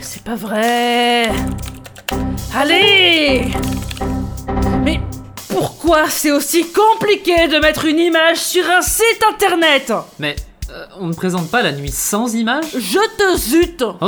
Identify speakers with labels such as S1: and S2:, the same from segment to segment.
S1: c'est pas vrai. Allez Mais pourquoi c'est aussi compliqué de mettre une image sur un site internet
S2: Mais euh, on ne présente pas la nuit sans image
S1: Je te zute
S2: Ok,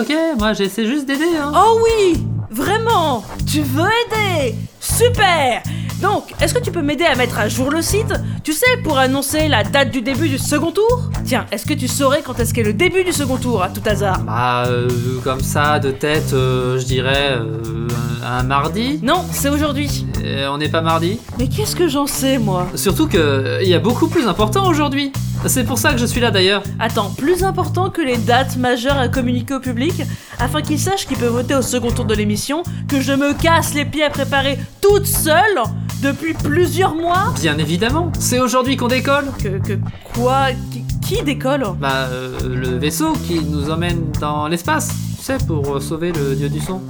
S2: ok, moi j'essaie juste d'aider. Hein.
S1: Oh oui Vraiment Tu veux aider Super Donc, est-ce que tu peux m'aider à mettre à jour le site Tu sais, pour annoncer la date du début du second tour Tiens, est-ce que tu saurais quand est-ce qu'est le début du second tour, à tout hasard
S2: Bah, euh, comme ça, de tête, euh, je dirais euh, un mardi.
S1: Non, c'est aujourd'hui.
S2: Euh, on n'est pas mardi.
S1: Mais qu'est-ce que j'en sais, moi
S2: Surtout que euh, il y a beaucoup plus important aujourd'hui. C'est pour ça que je suis là d'ailleurs.
S1: Attends, plus important que les dates majeures à communiquer au public, afin qu'ils sachent qu'ils peuvent voter au second tour de l'émission, que je me casse les pieds à préparer toute seule depuis plusieurs mois
S2: Bien évidemment, c'est aujourd'hui qu'on décolle.
S1: Que, que quoi qui, qui décolle
S2: Bah, euh, le vaisseau qui nous emmène dans l'espace. Tu sais, pour euh, sauver le dieu du son.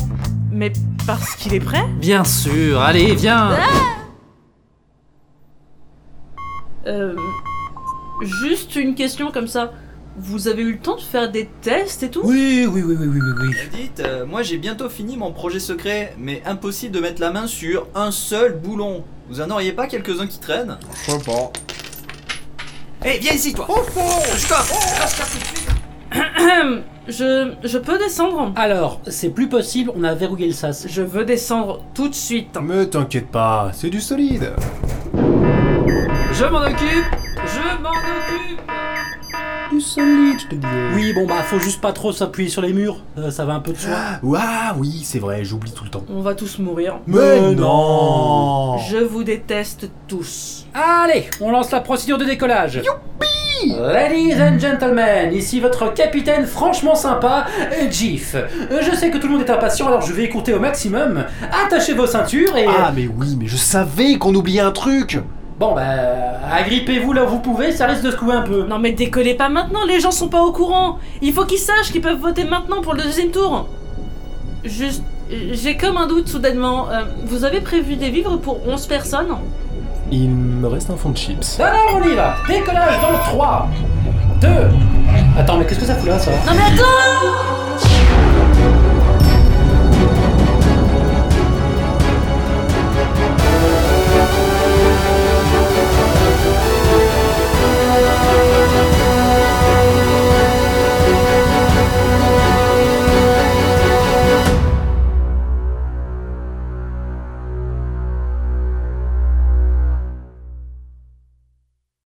S1: Mais parce qu'il est prêt
S2: Bien sûr, allez, viens
S1: Euh. Juste une question comme ça. Vous avez eu le temps de faire des tests et tout
S3: Oui, oui, oui, oui, oui, oui, oui.
S4: Dites, euh, moi j'ai bientôt fini mon projet secret, mais impossible de mettre la main sur un seul boulon. Vous en auriez pas quelques-uns qui traînent
S3: Je sais pas. Oh
S4: Eh, viens ici toi
S1: Je. Je peux descendre
S5: Alors, c'est plus possible, on a verrouillé le sas.
S1: Je veux descendre tout de suite.
S3: Mais t'inquiète pas, c'est du solide.
S2: Je m'en occupe Je m'en occupe
S3: Du solide, je te dis.
S5: Oui, bon bah faut juste pas trop s'appuyer sur les murs, euh, ça va un peu de soi.
S3: Ah, Ouah, oui, c'est vrai, j'oublie tout le temps.
S1: On va tous mourir.
S3: Mais non
S1: Je vous déteste tous.
S5: Allez, on lance la procédure de décollage. Ladies and gentlemen, ici votre capitaine franchement sympa, euh, Jif. Euh, Je sais que tout le monde est impatient, alors je vais écouter au maximum. Attachez vos ceintures et...
S3: Ah, mais oui, mais je savais qu'on oubliait un truc
S5: Bon bah, agrippez-vous là où vous pouvez, ça risque de secouer un peu.
S1: Non mais décollez pas maintenant, les gens sont pas au courant. Il faut qu'ils sachent qu'ils peuvent voter maintenant pour le deuxième tour. Juste, euh, j'ai comme un doute soudainement. Euh, vous avez prévu des vivres pour 11 personnes
S3: Il me reste un fond de chips.
S5: Alors on y va, décollage dans 3, 2... Attends, mais qu'est-ce que ça fout là, ça
S1: Non mais attends